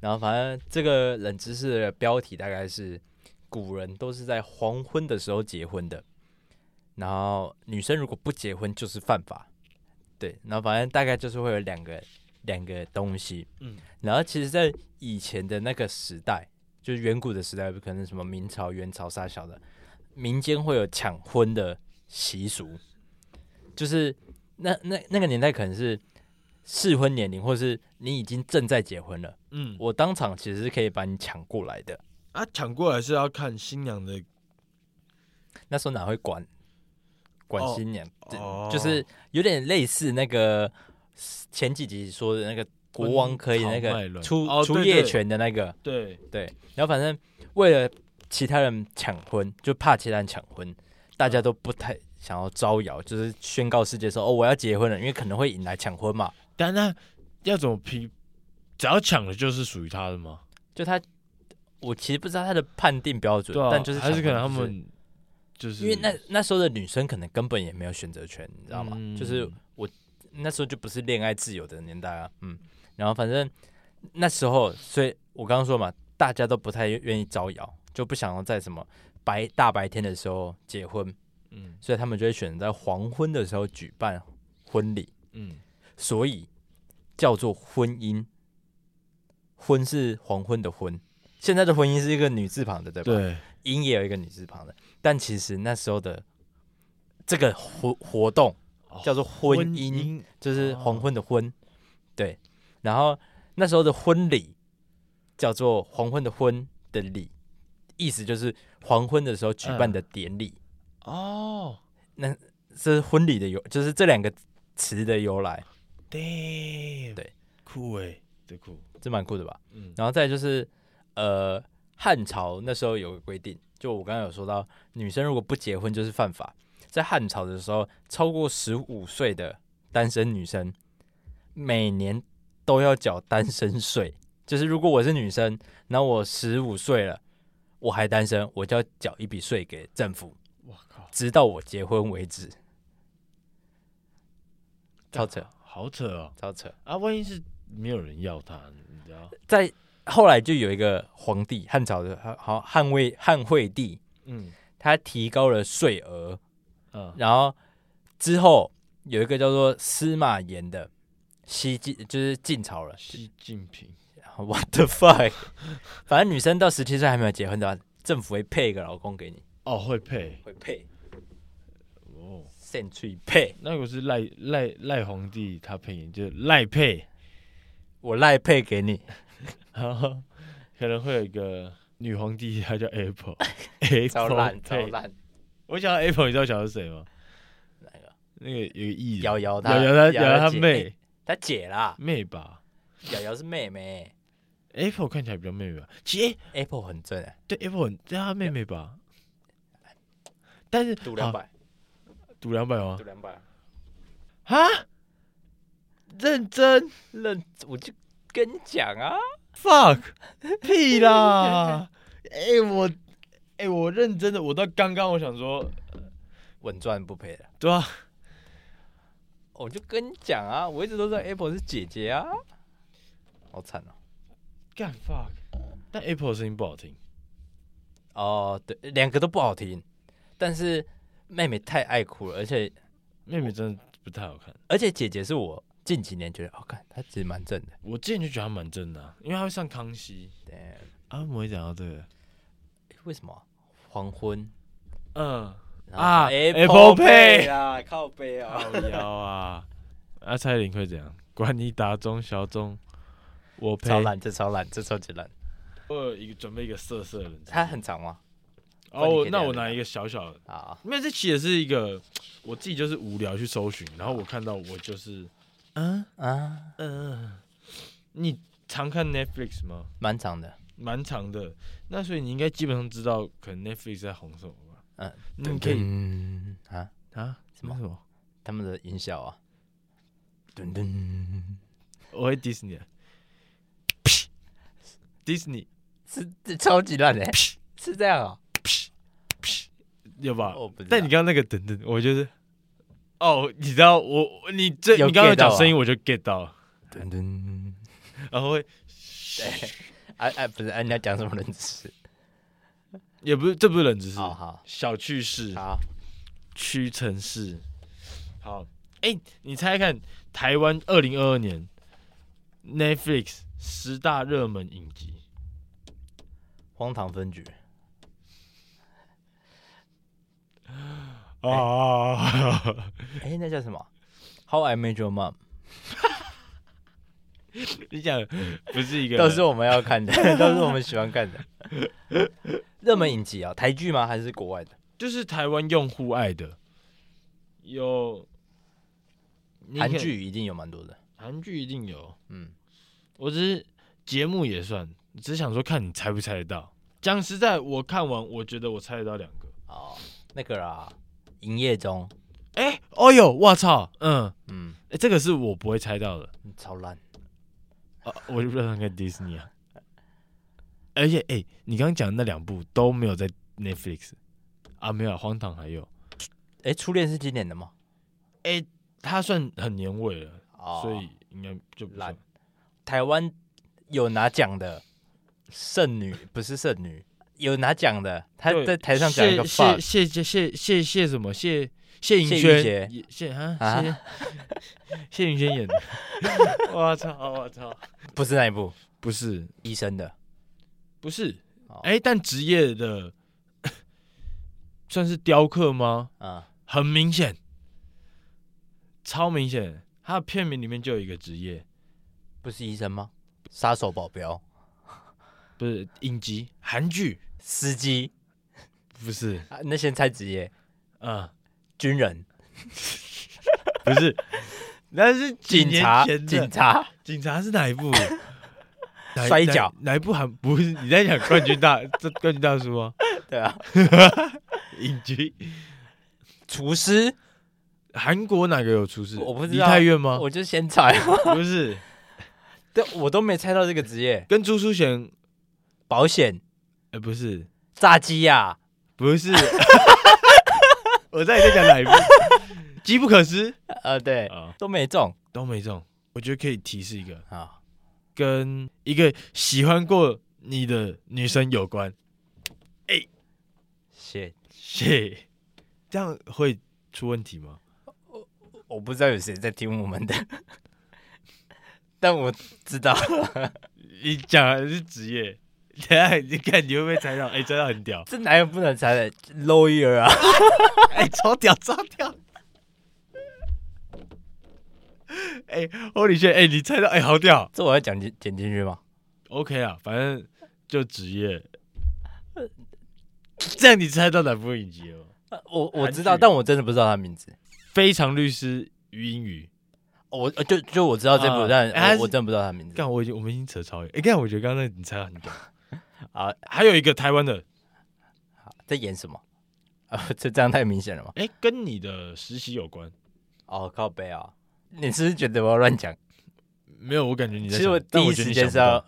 Speaker 1: 然后反正这个冷知识的标题大概是：古人都是在黄昏的时候结婚的，然后女生如果不结婚就是犯法。对，然后反正大概就是会有两个两个东西。
Speaker 2: 嗯，
Speaker 1: 然后其实，在以前的那个时代，就是远古的时代，可能什么明朝、元朝、啥小的，民间会有抢婚的习俗，就是那那那个年代可能是适婚年龄，或是你已经正在结婚了。
Speaker 2: 嗯，
Speaker 1: 我当场其实是可以把你抢过来的。
Speaker 2: 啊，抢过来是要看新娘的
Speaker 1: 那时候哪会管管
Speaker 2: 哦
Speaker 1: 新娘？这
Speaker 2: 哦
Speaker 1: 就是有点类似那个前几集说的那个国王可以那
Speaker 2: 婚朝卖
Speaker 1: 个
Speaker 2: 卵
Speaker 1: 出
Speaker 2: 哦
Speaker 1: 出
Speaker 2: 对
Speaker 1: 夜
Speaker 2: 对
Speaker 1: 权的那个，
Speaker 2: 对，
Speaker 1: 对。然后反正为了其他人抢婚，就怕其他人抢婚，大
Speaker 2: 嗯
Speaker 1: 家都不太想要招摇，就是宣告世界说哦我要结婚了，因为可能会引来抢婚嘛。
Speaker 2: 但那要怎么批？只要抢了就是属于他的吗？
Speaker 1: 就他，我其实不知道他的判定标准，
Speaker 2: 对啊，
Speaker 1: 但就是
Speaker 2: 还是
Speaker 1: 抢
Speaker 2: 可能他
Speaker 1: 婚就是
Speaker 2: 们就是
Speaker 1: 因为那那时候的女生可能根本也没有选择权，你知道吗？
Speaker 2: 嗯
Speaker 1: 就是我那时候就不是恋爱自由的年代啊，嗯，然后反正那时候，所以我刚刚说嘛，大家都不太愿意招摇，就不想要在什么白大白天的时候结婚，
Speaker 2: 嗯
Speaker 1: 所以他们就会选择在黄昏的时候举办婚礼，
Speaker 2: 嗯
Speaker 1: 所以叫做婚姻。婚是黄昏的婚，现在的婚姻是一个女字旁的，对吧？
Speaker 2: 对
Speaker 1: 音也有一个女字旁的，但其实那时候的这个活活动叫做哦婚姻，哦就是黄昏的婚，对。然后那时候的婚礼叫做黄昏的婚的礼，意思就是黄昏的时候举办的典礼，
Speaker 2: 哦，
Speaker 1: 这是婚礼的由，就是这两个词的由来，
Speaker 2: 对
Speaker 1: 对，
Speaker 2: 酷哎，这酷，
Speaker 1: 这蛮酷的吧？
Speaker 2: 嗯
Speaker 1: 然后再就是，呃，汉朝那时候有个规定，就我刚刚有说到，女生如果不结婚就是犯法。在汉朝的时候，超过十五岁的单身女生，每年都要缴单身税。就是如果我是女生，然后我十五岁了，我还单身，我就要缴一笔税给政府，
Speaker 2: 我靠，
Speaker 1: 直到我结婚为止。超扯，
Speaker 2: 好扯哦！
Speaker 1: 超扯！
Speaker 2: 啊，万一是没有人要他，你知道？
Speaker 1: 在后来就有一个皇帝，汉朝的好汉魏汉惠帝，
Speaker 2: 嗯
Speaker 1: 他提高了税额，
Speaker 2: 啊，
Speaker 1: 然后之后有一个叫做司马炎的西晋，就是晋朝了。
Speaker 2: 习近平
Speaker 1: What the fuck？反正女生到十七岁还没有结婚的话，政府会配一个老公给你，
Speaker 2: 哦会配
Speaker 1: 会配
Speaker 2: 哦，
Speaker 1: 现去配，
Speaker 2: 那个是赖赖赖皇帝他配音，就是赖配，
Speaker 1: 我赖配给你。
Speaker 2: 然后可能会有一个女皇帝，她叫 Apple，
Speaker 1: 超
Speaker 2: Apple
Speaker 1: 烂超
Speaker 2: 配。
Speaker 1: 烂，
Speaker 2: 我想到 Apple，你知道我想到谁吗？
Speaker 1: 哪个？
Speaker 2: 那个有个艺人，
Speaker 1: 瑶瑶她，
Speaker 2: 瑶瑶她瑶
Speaker 1: 瑶
Speaker 2: 瑶她
Speaker 1: 姐欸
Speaker 2: 妹
Speaker 1: 她姐啦，
Speaker 2: 妹吧
Speaker 1: 瑶瑶是妹妹
Speaker 2: ，Apple 看起来比较妹妹吧？其实、欸
Speaker 1: ，Apple 很正欸，
Speaker 2: 对 Apple 很对她妹妹吧，但是
Speaker 1: 赌两
Speaker 2: 好
Speaker 1: 百，
Speaker 2: 赌两百吗
Speaker 1: 赌？两百，
Speaker 2: 啊，认真
Speaker 1: 认我就跟你讲啊，
Speaker 2: fuck 屁啦！哎、我哎、我认真的，我到刚刚我想说，
Speaker 1: 稳赚不赔的。哦
Speaker 2: 对啊吧、
Speaker 1: 我就跟你讲啊，我一直都知道 Apple 是姐姐啊，好惨哦。
Speaker 2: 干 fuck，但 Apple 的声音不好听，
Speaker 1: 哦，对，两个都不好听，但是妹妹太爱哭了，而且
Speaker 2: 妹妹真的不太好看。
Speaker 1: 而且姐姐是我近几年觉得，哦，看她其实蛮正的。
Speaker 2: 我之前就觉得她蛮正的啊、因为她会上康熙。
Speaker 1: 对，
Speaker 2: 啊，我们会讲到这个，
Speaker 1: 为什么啊黄昏
Speaker 2: 嗯，
Speaker 1: 然后
Speaker 2: 啊
Speaker 1: ，Apple
Speaker 2: Apple
Speaker 1: Pay 啊，靠背啊，
Speaker 2: 靠腰啊， 啊，蔡依林会怎样？管你打中小中，我陪
Speaker 1: 超。烂，这超烂，这超级烂。
Speaker 2: 我有一个准备一个色色的人，
Speaker 1: 它很长吗？那你可
Speaker 2: 哦
Speaker 1: 以，
Speaker 2: 那
Speaker 1: 聊
Speaker 2: 我
Speaker 1: 聊
Speaker 2: 拿一个小小的。
Speaker 1: 啊，
Speaker 2: 没有，这其实是一个我自己就是无聊去搜寻，然后我看到我就是，嗯
Speaker 1: 啊，
Speaker 2: 嗯，你常看 Netflix 吗？
Speaker 1: 蛮长的。
Speaker 2: 蛮长的，那所以你应该基本上知道可能 Netflix 在红什么吧？
Speaker 1: 嗯，
Speaker 2: 你可以
Speaker 1: 嗯啊，
Speaker 2: 啊
Speaker 1: 什么
Speaker 2: 那什么？
Speaker 1: 他们的音效啊，噔噔，
Speaker 2: 我会 Disney 啊 Disney
Speaker 1: 是这超级烂 的，是这样啊？
Speaker 2: 有吧？
Speaker 1: 我不知道
Speaker 2: 但你刚刚那个等等，我就是哦，你知道我你这
Speaker 1: 有
Speaker 2: 你刚刚
Speaker 1: get 到
Speaker 2: 讲
Speaker 1: 啊
Speaker 2: 声音我就 get 到了，
Speaker 1: 噔噔，
Speaker 2: 然后会
Speaker 1: 对，哎哎，不是，哎，你要讲什么冷知识？
Speaker 2: 也不是这不是冷知识，
Speaker 1: 好哦好
Speaker 2: 小趣事。
Speaker 1: 好，
Speaker 2: 屈臣氏。好，哎、你猜猜看，台湾二零二二年 Netflix 十大热门影集，
Speaker 1: 荒唐分局，
Speaker 2: 啊，
Speaker 1: 哎，那叫什么？How I Met Your Mom，
Speaker 2: 你讲不是一个，
Speaker 1: 都是我们要看 的，都是我们喜欢看的。热门影集啊，台剧吗？还是国外的？
Speaker 2: 就是台湾用户爱的，有你可
Speaker 1: 韩剧一定有蛮多的。
Speaker 2: 韩剧一定有，
Speaker 1: 嗯，
Speaker 2: 我只是节目也算，只是想说看你猜不猜得到。讲实在，我看完我觉得我猜得到两个。
Speaker 1: 哦，那个啦，营业中，
Speaker 2: 哎、哦哟，我操，嗯，
Speaker 1: 嗯，
Speaker 2: 哎、这个是我不会猜到的。
Speaker 1: 超烂。
Speaker 2: 啊，我就不想看迪士尼啊。而且，哎、你刚刚讲的那两部都没有在 Netflix 啊，没有、啊，荒唐还有，
Speaker 1: 哎，初恋是今年的吗？
Speaker 2: 哎、它算很年尾了，
Speaker 1: 哦，
Speaker 2: 所以应该就不算
Speaker 1: 烂。台湾有拿奖的剩女，不是剩女，有拿奖的，她
Speaker 2: 对
Speaker 1: 在台上讲一个
Speaker 2: 谢
Speaker 1: fuck，
Speaker 2: 谢谢谢谢谢什么谢谢颖
Speaker 1: 谢玉
Speaker 2: 轩
Speaker 1: 洁
Speaker 2: 也谢啊
Speaker 1: 啊
Speaker 2: 谢谢颖轩 演的，我操我操，
Speaker 1: 不是那一部
Speaker 2: 不是
Speaker 1: 医生的，
Speaker 2: 不是
Speaker 1: 哦，
Speaker 2: 哎、但职业的 算是雕刻吗？
Speaker 1: 嗯，
Speaker 2: 很明显，超明显，他的片名里面就有一个职业，
Speaker 1: 不是医生吗？杀手保镖，
Speaker 2: 不是影集韩剧，
Speaker 1: 司机，
Speaker 2: 不是，
Speaker 1: 啊那先猜职业，
Speaker 2: 嗯，
Speaker 1: 军人，
Speaker 2: 不 是，那是几
Speaker 1: 警
Speaker 2: 年
Speaker 1: 察，
Speaker 2: 前的
Speaker 1: 警察，
Speaker 2: 警察是哪 一部？哪
Speaker 1: 摔跤
Speaker 2: 哪哪一部韩？不是你在讲冠 军大这冠军大叔吗？
Speaker 1: 对啊，
Speaker 2: 影集
Speaker 1: 厨师，
Speaker 2: 韩国哪个有出事？
Speaker 1: 我不知
Speaker 2: 梨
Speaker 1: 道
Speaker 2: 泰院吗？
Speaker 1: 我就先猜，
Speaker 2: 不是，
Speaker 1: 对，我都没猜到这个职业，
Speaker 2: 跟朱淑贤，
Speaker 1: 保险
Speaker 2: 呃，不是，
Speaker 1: 炸鸡啊呀、
Speaker 2: 不是， 我在在讲哪一部？机不可失
Speaker 1: 呃，对，
Speaker 2: 啊，
Speaker 1: 都没中
Speaker 2: 都没中。我觉得可以提示一个，
Speaker 1: 啊，
Speaker 2: 跟一个喜欢过你的女生有关。
Speaker 1: 谢，
Speaker 2: 谢，这样会出问题吗？
Speaker 1: 我不知道有谁在听我们的， 但我知道，，
Speaker 2: 你讲的是职业，等一下你看你会不会猜到？哎、猜到很屌
Speaker 1: 这哪有不能猜的？lawyer 啊，
Speaker 2: 哎、超屌，超屌。哎、我李轩，哎、你猜到，哎、好屌。
Speaker 1: 这我要讲进剪进去吗？
Speaker 2: OK 啊，反正就职业。这样你猜到哪部影集了吗？
Speaker 1: 呃我我
Speaker 2: 韩
Speaker 1: 知道，
Speaker 2: 剧
Speaker 1: 但我真的不知道他名字。
Speaker 2: 哦非常律师于英语。
Speaker 1: 我呃就就我知道这部，
Speaker 2: 啊
Speaker 1: 但
Speaker 2: 哎他
Speaker 1: 我
Speaker 2: 是
Speaker 1: 我真的不知道他名字。
Speaker 2: 干，我已经我们已经扯超越。哎、干，我觉得刚刚那你猜到很屌。
Speaker 1: 啊，
Speaker 2: 还有一个台湾的，
Speaker 1: 在演什么？啊， 这这样太明显了嘛？
Speaker 2: 哎、跟你的实习有关。
Speaker 1: 哦，靠背啊！你是不是觉得我要乱讲？
Speaker 2: 没有，我感觉你
Speaker 1: 其
Speaker 2: 在想。
Speaker 1: 实我第
Speaker 2: 但
Speaker 1: 一
Speaker 2: 觉得
Speaker 1: 时间
Speaker 2: 你想
Speaker 1: 是
Speaker 2: 不到
Speaker 1: 要，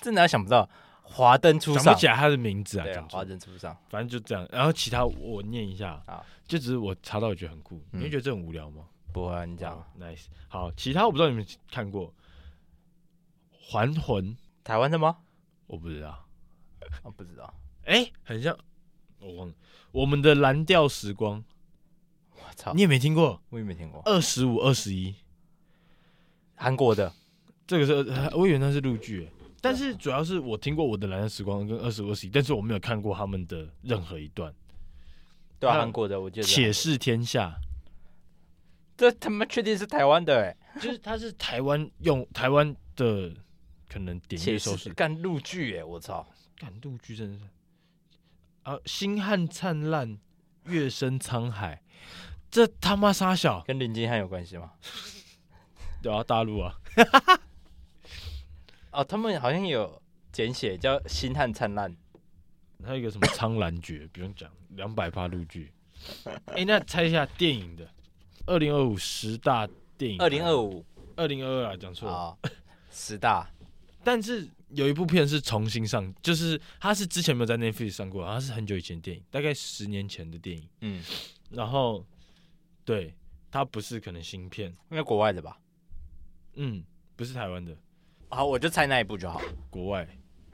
Speaker 1: 真的想不到华灯初
Speaker 2: 想
Speaker 1: 上
Speaker 2: 不起，来他的名字啊，
Speaker 1: 对啊，
Speaker 2: 讲错
Speaker 1: 华灯初上。
Speaker 2: 反正就这样。然后其他我念一下
Speaker 1: 好，
Speaker 2: 就只是我查到我觉得很酷，
Speaker 1: 嗯
Speaker 2: 你会觉得这很无聊吗？
Speaker 1: 不会啊，你讲
Speaker 2: 好，nice。好，其他我不知道你们看过《还魂》，
Speaker 1: 台湾的吗？
Speaker 2: 我不知道，
Speaker 1: 我哦不知道，
Speaker 2: 哎、很像，我忘了。我们的蓝调时光，
Speaker 1: 我操
Speaker 2: 你，也没听过，
Speaker 1: 我也没听过。
Speaker 2: 二十五、二十一，
Speaker 1: 韩国的
Speaker 2: 这个是呃我以为那是陆剧，哎但是主要是我听过《我的蓝调时光》跟《二十五、二十一》，但是我没有看过他们的任何一段。
Speaker 1: 对啊，
Speaker 2: 那
Speaker 1: 韩国的，我记得是韩
Speaker 2: 且
Speaker 1: 国
Speaker 2: 试天下，
Speaker 1: 这他妈确定是台湾的哎，
Speaker 2: 就是它是台湾用台湾的可能点
Speaker 1: 且
Speaker 2: 阅收
Speaker 1: 是
Speaker 2: 视，
Speaker 1: 干陆剧哎，我操，
Speaker 2: 感陆剧真的是啊，《星汉灿烂，月升沧海》，这他妈傻小
Speaker 1: 跟林金汉有关系吗？
Speaker 2: 对啊，大陆啊，
Speaker 1: 哦，他们好像有简写叫《星汉灿烂》，
Speaker 2: 还有一个什么《苍兰诀》，不用讲，两百趴陆剧。哎、那猜一下电影的，二零二五十大电影，
Speaker 1: 二零二，五
Speaker 2: 二零二二啊，讲错了。
Speaker 1: 啊，十大
Speaker 2: 但是有一部片是重新上，就是它是之前没有在 Netflix 上过，它是很久以前的电影，大概十年前的电影。
Speaker 1: 嗯，
Speaker 2: 然后，对，它不是可能芯片，
Speaker 1: 应该国外的吧？
Speaker 2: 嗯，不是台湾的，
Speaker 1: 好，我就猜那一部就好，
Speaker 2: 国外，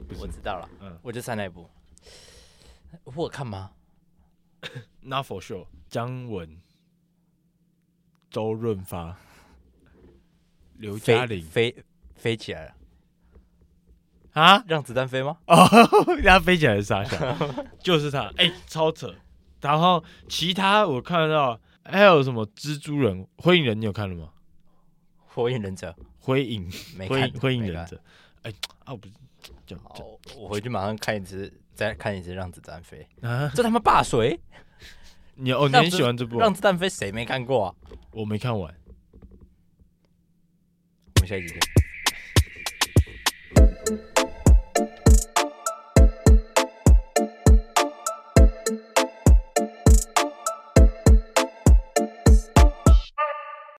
Speaker 2: 不是
Speaker 1: 我知道了，
Speaker 2: 嗯
Speaker 1: 我就猜那一部。我有看吗？
Speaker 2: ，Not for sure，姜文、周润发、刘
Speaker 1: 飞
Speaker 2: 嘉玲
Speaker 1: 飞飞起来了，
Speaker 2: 啊，
Speaker 1: 让子弹飞吗？
Speaker 2: 哦， 他飞起来的傻笑，就是他，哎、超扯。然后其他我看到还有什么蜘蛛人、火影人，你有看了吗？
Speaker 1: 火影忍者
Speaker 2: 火影、
Speaker 1: 没
Speaker 2: 火
Speaker 1: 看
Speaker 2: 影、，火影
Speaker 1: 没
Speaker 2: 忍
Speaker 1: 看
Speaker 2: 者，哎、啊，我不是讲
Speaker 1: 好，我我回去马上看一次，再看一次《让子弹 飞》
Speaker 2: 啊，
Speaker 1: 这他妈霸水，
Speaker 2: 你哦，你
Speaker 1: 让
Speaker 2: 很
Speaker 1: 子
Speaker 2: 喜欢这部
Speaker 1: 《
Speaker 2: 啊、
Speaker 1: 让子弹飞》谁没看过啊？
Speaker 2: 我没看完。
Speaker 1: 我们下一集见。